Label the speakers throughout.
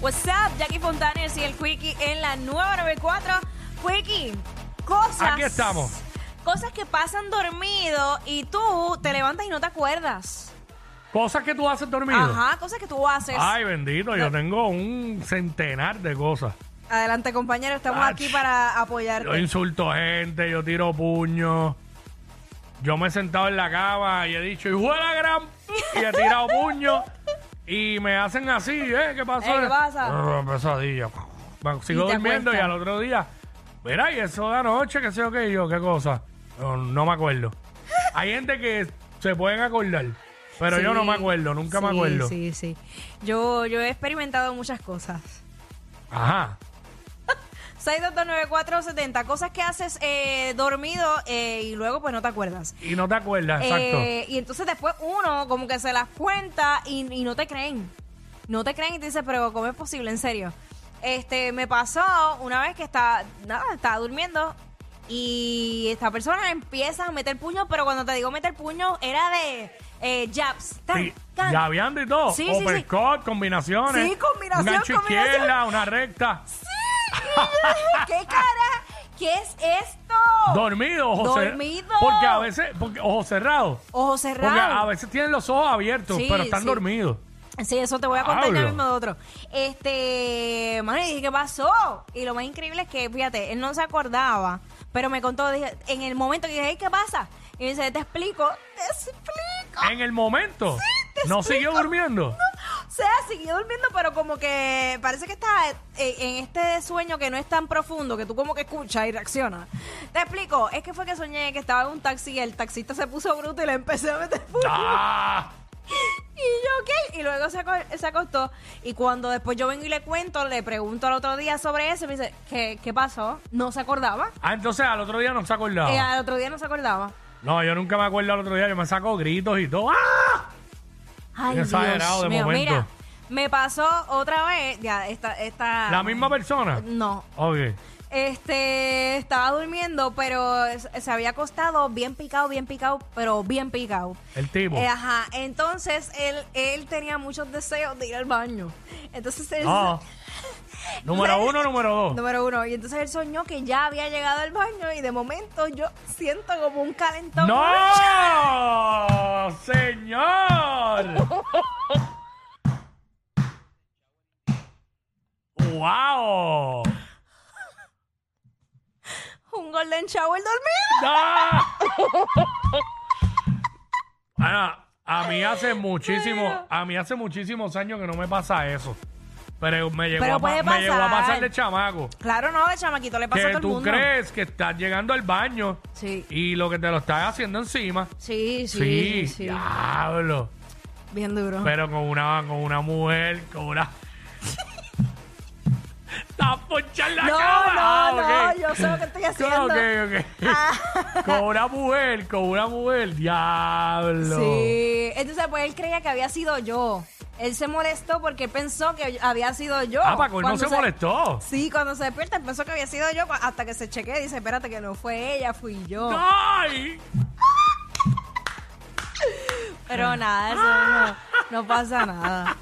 Speaker 1: What's up, Jackie Fontanes y el Quickie en la 994. Quickie, cosas.
Speaker 2: Aquí estamos.
Speaker 1: Cosas que pasan dormido y tú te levantas y no te acuerdas.
Speaker 2: Cosas que tú haces dormido.
Speaker 1: Ajá, cosas que tú haces.
Speaker 2: Ay, bendito, yo tengo un centenar de cosas.
Speaker 1: Adelante, compañero, estamos
Speaker 2: Ach.
Speaker 1: aquí para apoyarte.
Speaker 2: Yo insulto gente, yo tiro puños. Yo me he sentado en la cama y he dicho, ¡hijo de la gran! p-", Y he tirado puños. Y me hacen así, ¿eh? ¿Qué pasó?
Speaker 1: Eh, ¿qué pasa?
Speaker 2: Brr, pesadilla. Me sigo
Speaker 1: Y te
Speaker 2: durmiendo y
Speaker 1: acuestas.
Speaker 2: al otro día, mira, y eso de anoche, qué sé yo qué, y yo, qué cosa. No, no me acuerdo. Hay gente que se pueden acordar, pero yo no me acuerdo, nunca me
Speaker 3: Sí,
Speaker 2: acuerdo.
Speaker 3: Sí, sí. Yo, yo he experimentado muchas cosas.
Speaker 2: Ajá.
Speaker 1: 6229470, cosas que haces eh, dormido eh, y luego pues no te acuerdas.
Speaker 2: Y no te acuerdas, exacto.
Speaker 1: Eh, y entonces después uno como que se las cuenta y, y no te creen. No te creen y te dicen, pero ¿cómo es posible? En serio. Este, me pasó una vez que estaba, nada, estaba durmiendo y esta persona empieza a meter puño, pero cuando te digo meter puño era de eh, jabs. Tan,
Speaker 2: Sí,
Speaker 1: tan.
Speaker 2: llaveando y todo.
Speaker 1: Sí, sí, sí.
Speaker 2: Uppercut, combinaciones.
Speaker 1: Sí, combinación,
Speaker 2: Un gancho
Speaker 1: combinación.
Speaker 2: izquierda, una recta.
Speaker 1: ¿Qué cara? ¿Qué es esto?
Speaker 2: Dormido, ojo cer-
Speaker 1: Dormido.
Speaker 2: Porque a veces, porque, ojo cerrado.
Speaker 1: Ojos
Speaker 2: Porque a
Speaker 1: cerrados.
Speaker 2: veces tienen los ojos abiertos,
Speaker 1: Sí,
Speaker 2: pero están
Speaker 1: sí.
Speaker 2: dormidos.
Speaker 1: Sí, eso te voy a contar ya
Speaker 2: Pablo.
Speaker 1: mismo de otro. Este, mano, y dije, ¿qué pasó? Y lo más increíble es que, fíjate, él no se acordaba, pero me contó, dije, en el momento que dije, "Ey, ¿qué pasa? Y me dice, te explico, te explico.
Speaker 2: En el momento.
Speaker 1: Ah, te
Speaker 2: no
Speaker 1: explico.
Speaker 2: siguió durmiendo.
Speaker 1: O sea, siguió durmiendo, pero como que parece que está eh, en este sueño que no es tan profundo, que tú como que escuchas y reaccionas. Te explico, es que fue que soñé que estaba en un taxi y el taxista se puso bruto y le empecé a meter puño.
Speaker 2: ¡Ah!
Speaker 1: Y yo, ¿qué? Y luego se, aco- se acostó. Y cuando después yo vengo y le cuento, le pregunto al otro día sobre eso, y me dice, ¿qué, qué pasó? No se acordaba.
Speaker 2: Ah, entonces al otro día no se acordaba.
Speaker 1: Y al otro día no se acordaba.
Speaker 2: No, yo nunca me acuerdo al otro día. Yo me saco gritos y todo. ¡Ah!
Speaker 1: Ay,
Speaker 2: Qué exagerado de momento.
Speaker 1: Mira, me pasó otra vez, ya, esta... esta
Speaker 2: La misma persona.
Speaker 1: No.
Speaker 2: Ok.
Speaker 1: Este, estaba durmiendo, pero se se había acostado bien picado, bien picado, pero bien picado.
Speaker 2: El tipo.
Speaker 1: Eh, ajá, entonces él, él tenía muchos deseos de ir al baño. Entonces él,
Speaker 2: No. Ah. número uno, número dos.
Speaker 1: Número uno. Y entonces él soñó que ya había llegado al baño y de momento yo siento como un calentón.
Speaker 2: ¡No! ¡Señor! ¡Wow!
Speaker 1: Un golden shower dormido.
Speaker 2: ¡No! Ana, a mí hace muchísimo, a mí hace muchísimos años que no me pasa eso. Pero me llegó,
Speaker 1: Pero
Speaker 2: a, pa-
Speaker 1: puede
Speaker 2: me llegó a
Speaker 1: pasar.
Speaker 2: pasar de chamaco.
Speaker 1: Claro, no, de chamaquito le pasa a
Speaker 2: Que
Speaker 1: todo el
Speaker 2: tú
Speaker 1: mundo.
Speaker 2: crees que estás llegando al baño
Speaker 1: Sí.
Speaker 2: y lo que te lo estás haciendo encima.
Speaker 3: Sí,
Speaker 2: Sí,
Speaker 3: sí, sí.
Speaker 2: diablo.
Speaker 3: Bien duro.
Speaker 2: Pero con una, con una mujer, con una. ¡Está ponchar la
Speaker 1: No, no,
Speaker 2: cama!
Speaker 1: no,
Speaker 2: Ah, ok.
Speaker 1: yo sé lo que estoy haciendo. Ah,
Speaker 2: Ok, ok. Con una mujer, con una mujer, diablo.
Speaker 1: Sí. Entonces, pues él creía que había sido yo. Él se molestó porque él pensó que había sido yo.
Speaker 2: Ah, Paco, él no
Speaker 1: Cuando
Speaker 2: se molestó.
Speaker 1: Sí, cuando se despierta, él pensó que había sido yo. cu- Hasta que se chequea y dice: Espérate, que no fue ella, fui yo.
Speaker 2: ¡Ay! Ah.
Speaker 1: Pero nada, eso no, no pasa nada.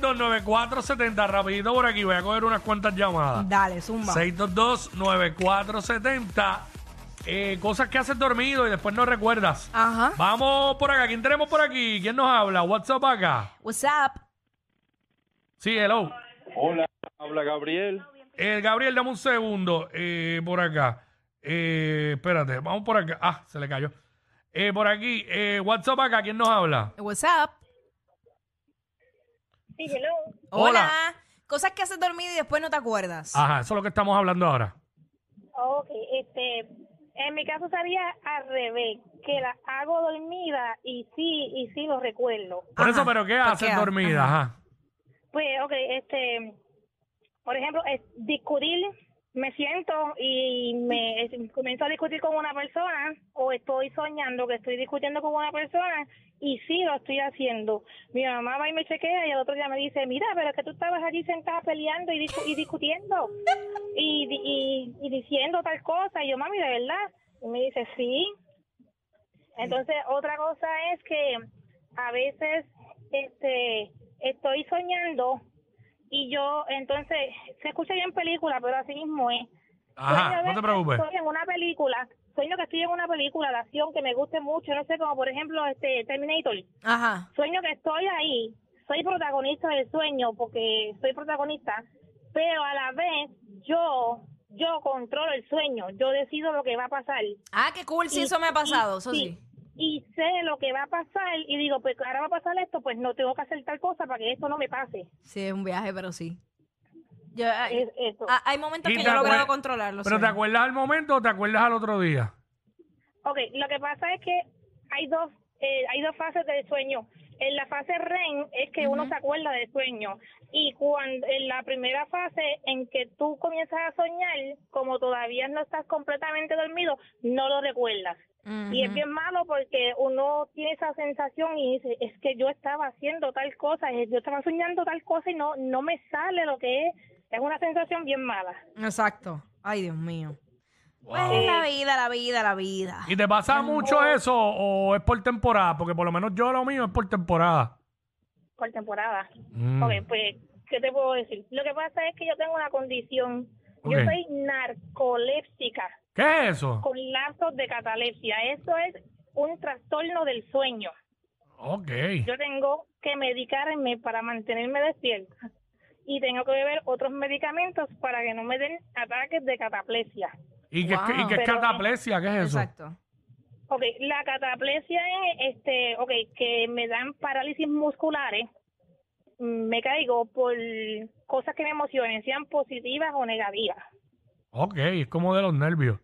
Speaker 2: 622-622-9470. Rapidito por aquí, voy a coger unas cuantas llamadas.
Speaker 1: Dale, zumba.
Speaker 2: 622-9470. Eh, cosas que haces dormido y después no recuerdas.
Speaker 1: Ajá.
Speaker 2: Vamos por acá. ¿Quién tenemos por aquí? ¿Quién nos habla? WhatsApp acá.
Speaker 1: What's up?
Speaker 2: Sí, hello.
Speaker 4: Hola, habla Gabriel.
Speaker 2: Eh, Gabriel, dame un segundo. eh, por acá. Eh, espérate, vamos por acá. Ah, se le cayó. Eh, por aquí, eh, WhatsApp acá, ¿quién nos habla?
Speaker 1: What's up?
Speaker 5: Sí, hello.
Speaker 2: Hola. Ah.
Speaker 1: Cosas que haces dormido y después no te acuerdas.
Speaker 2: Ajá, eso es lo que estamos hablando ahora.
Speaker 5: Ah, Ok, este, En mi caso sería al revés, que la hago dormida y sí, y sí lo recuerdo.
Speaker 2: Por
Speaker 1: Ajá,
Speaker 2: eso, pero ¿qué
Speaker 1: ¿por
Speaker 2: haces
Speaker 1: qué?
Speaker 2: dormida? Ajá.
Speaker 5: Pues, ok, este, por ejemplo, es discutir, me siento y me es- comienzo a discutir con una persona o estoy soñando que estoy discutiendo con una persona y sí lo estoy haciendo. Mi mamá va y me chequea y al otro día me dice, mira, pero es que tú estabas allí sentada peleando y, discu- y discutiendo y, di- y, y diciendo tal cosa. Y yo, mami, ¿de verdad? Y me dice, sí. Entonces, otra cosa es que a veces este estoy soñando y yo, entonces, se escucha bien película, pero así mismo es.
Speaker 2: Ajá,
Speaker 5: Sueño
Speaker 2: no te
Speaker 5: de que
Speaker 2: preocupes.
Speaker 5: Estoy en una película, sueño que estoy en una película de acción que me guste mucho, no sé, como por ejemplo este Terminator.
Speaker 1: Ajá.
Speaker 5: Sueño que estoy ahí, soy protagonista del sueño porque soy protagonista, pero a la vez yo, yo controlo el sueño, yo decido lo que va a pasar.
Speaker 1: Ah, qué cool, sí,
Speaker 5: Y-
Speaker 1: eso me ha pasado,
Speaker 5: y-
Speaker 1: eso
Speaker 5: sí,
Speaker 1: sí.
Speaker 5: Y sé lo que va a pasar y digo, pues ahora va a pasar esto, pues no tengo que hacer tal cosa para que esto no me pase.
Speaker 1: Sí, es un viaje, pero sí. Yo, ah,
Speaker 5: Es eso.
Speaker 1: ah, hay momentos
Speaker 2: Y
Speaker 1: que
Speaker 2: te
Speaker 1: yo he logrado
Speaker 2: acuer-
Speaker 1: controlarlo.
Speaker 2: Pero
Speaker 1: sí.
Speaker 2: ¿te acuerdas al momento o te acuerdas al otro día?
Speaker 5: Ok, lo que pasa es que hay dos, eh, hay dos fases del sueño. En la fase REM es que uno se acuerda del sueño y cuando en la primera fase en que tú comienzas a soñar, como todavía no estás completamente dormido, no lo recuerdas. Y es bien malo porque uno tiene esa sensación y dice, es que yo estaba haciendo tal cosa, eh, yo estaba soñando tal cosa y no, no me sale lo que es. Es una sensación bien mala.
Speaker 1: Exacto. Ay, Dios mío. Pues la vida, la vida, la vida.
Speaker 2: ¿Y te pasa mucho eso o es por temporada? Porque por lo menos yo lo mío es por temporada.
Speaker 5: por temporada.
Speaker 2: Mm.
Speaker 5: Ok, pues, ¿qué te puedo decir? Lo que pasa es que yo tengo una condición. Yo
Speaker 2: Ok.
Speaker 5: soy narcoléptica
Speaker 2: ¿Qué es eso?
Speaker 5: con lapsos de catalepsia. Eso es un trastorno del sueño.
Speaker 2: Ok.
Speaker 5: Yo tengo que medicarme para mantenerme despierta y tengo que beber otros medicamentos para que no me den ataques de cataplesia.
Speaker 2: ¿Y qué, es-
Speaker 1: Wow.
Speaker 2: y qué es
Speaker 5: Pero-
Speaker 2: cataplesia? ¿Qué es eso?
Speaker 1: Exacto.
Speaker 5: Ok, la cataplesia es este, ok, que me dan parálisis musculares, mm, me caigo por cosas que me emocionen, sean positivas o negativas.
Speaker 2: Ok, es como de los nervios.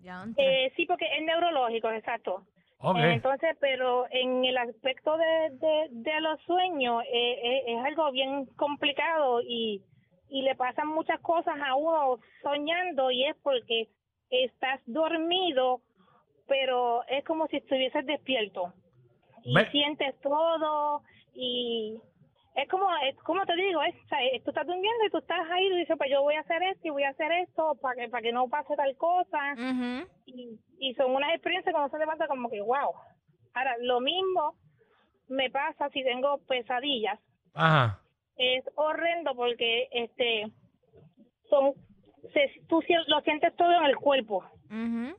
Speaker 1: Ya
Speaker 5: Eh, sí, porque es neurológico, exacto.
Speaker 2: Ok.
Speaker 5: Eh, Entonces, pero en el aspecto de, de, de los sueños eh, eh, es algo bien complicado y, y le pasan muchas cosas a uno soñando y es porque estás dormido, pero es como si estuvieses despierto y
Speaker 2: Ve-
Speaker 5: sientes todo y es como, es como te digo, es, o sea, es- tú estás durmiendo y tú estás ahí y dices, pues yo voy a hacer esto y voy a hacer esto para que, para que no pase tal cosa
Speaker 1: Ujú.
Speaker 5: y, y son unas experiencias que uno se levanta como que wow. Ahora, lo mismo me pasa si tengo pesadillas.
Speaker 2: Ajá.
Speaker 5: Es horrendo porque este son se- tú si- lo sientes todo en el cuerpo.
Speaker 1: Ujú.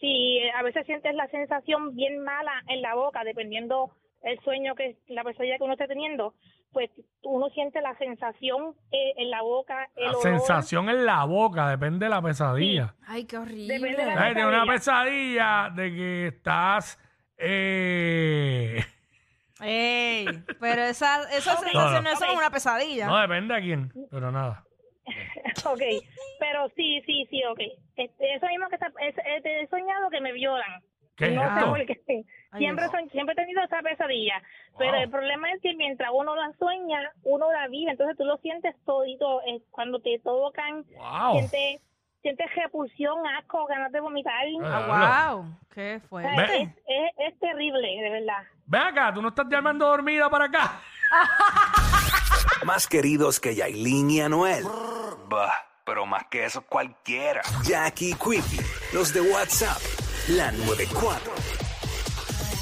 Speaker 5: Si eh, a veces sientes la sensación bien mala en la boca, dependiendo el sueño que la pesadilla que uno esté teniendo, pues uno siente la sensación eh, en la boca, el
Speaker 2: La
Speaker 5: olor.
Speaker 2: sensación en la boca, depende de la pesadilla.
Speaker 1: Ay, qué
Speaker 5: Depende de la-
Speaker 1: horrible.
Speaker 2: Ay, de una pesadilla de que estás. Eh...
Speaker 1: Ey, pero esa, esa
Speaker 2: No, no.
Speaker 1: sensación no, eso es
Speaker 5: Ok.
Speaker 1: una pesadilla.
Speaker 2: No, depende a quién, pero nada.
Speaker 5: Ok, pero sí, sí, sí, ok. Este, eso mismo que está, es- es- he soñado que me violan.
Speaker 2: ¿Qué
Speaker 5: no
Speaker 2: es
Speaker 5: sé
Speaker 2: esto?
Speaker 5: por qué.
Speaker 1: Ay,
Speaker 5: Siempre,
Speaker 1: Dios.
Speaker 5: soñ- siempre he tenido esa pesadilla. Pero
Speaker 2: Wow.
Speaker 5: el problema es que mientras uno la sueña, uno la vive. Entonces tú lo sientes todito. eh, cuando te tocan,
Speaker 2: ¡Wow!
Speaker 5: sientes, sientes repulsión, asco, ganas de vomitar.
Speaker 1: Ah, wow. Qué
Speaker 5: O
Speaker 1: fuerte.
Speaker 5: sea,
Speaker 2: Ve-
Speaker 5: es, es, es terrible, de verdad.
Speaker 2: Ven acá, tú no estás llamando dormida para acá.
Speaker 6: Más queridos que Yailin y Anuel. Bah, pero más que eso cualquiera. Jackie Quickie, los de WhatsApp, la 94.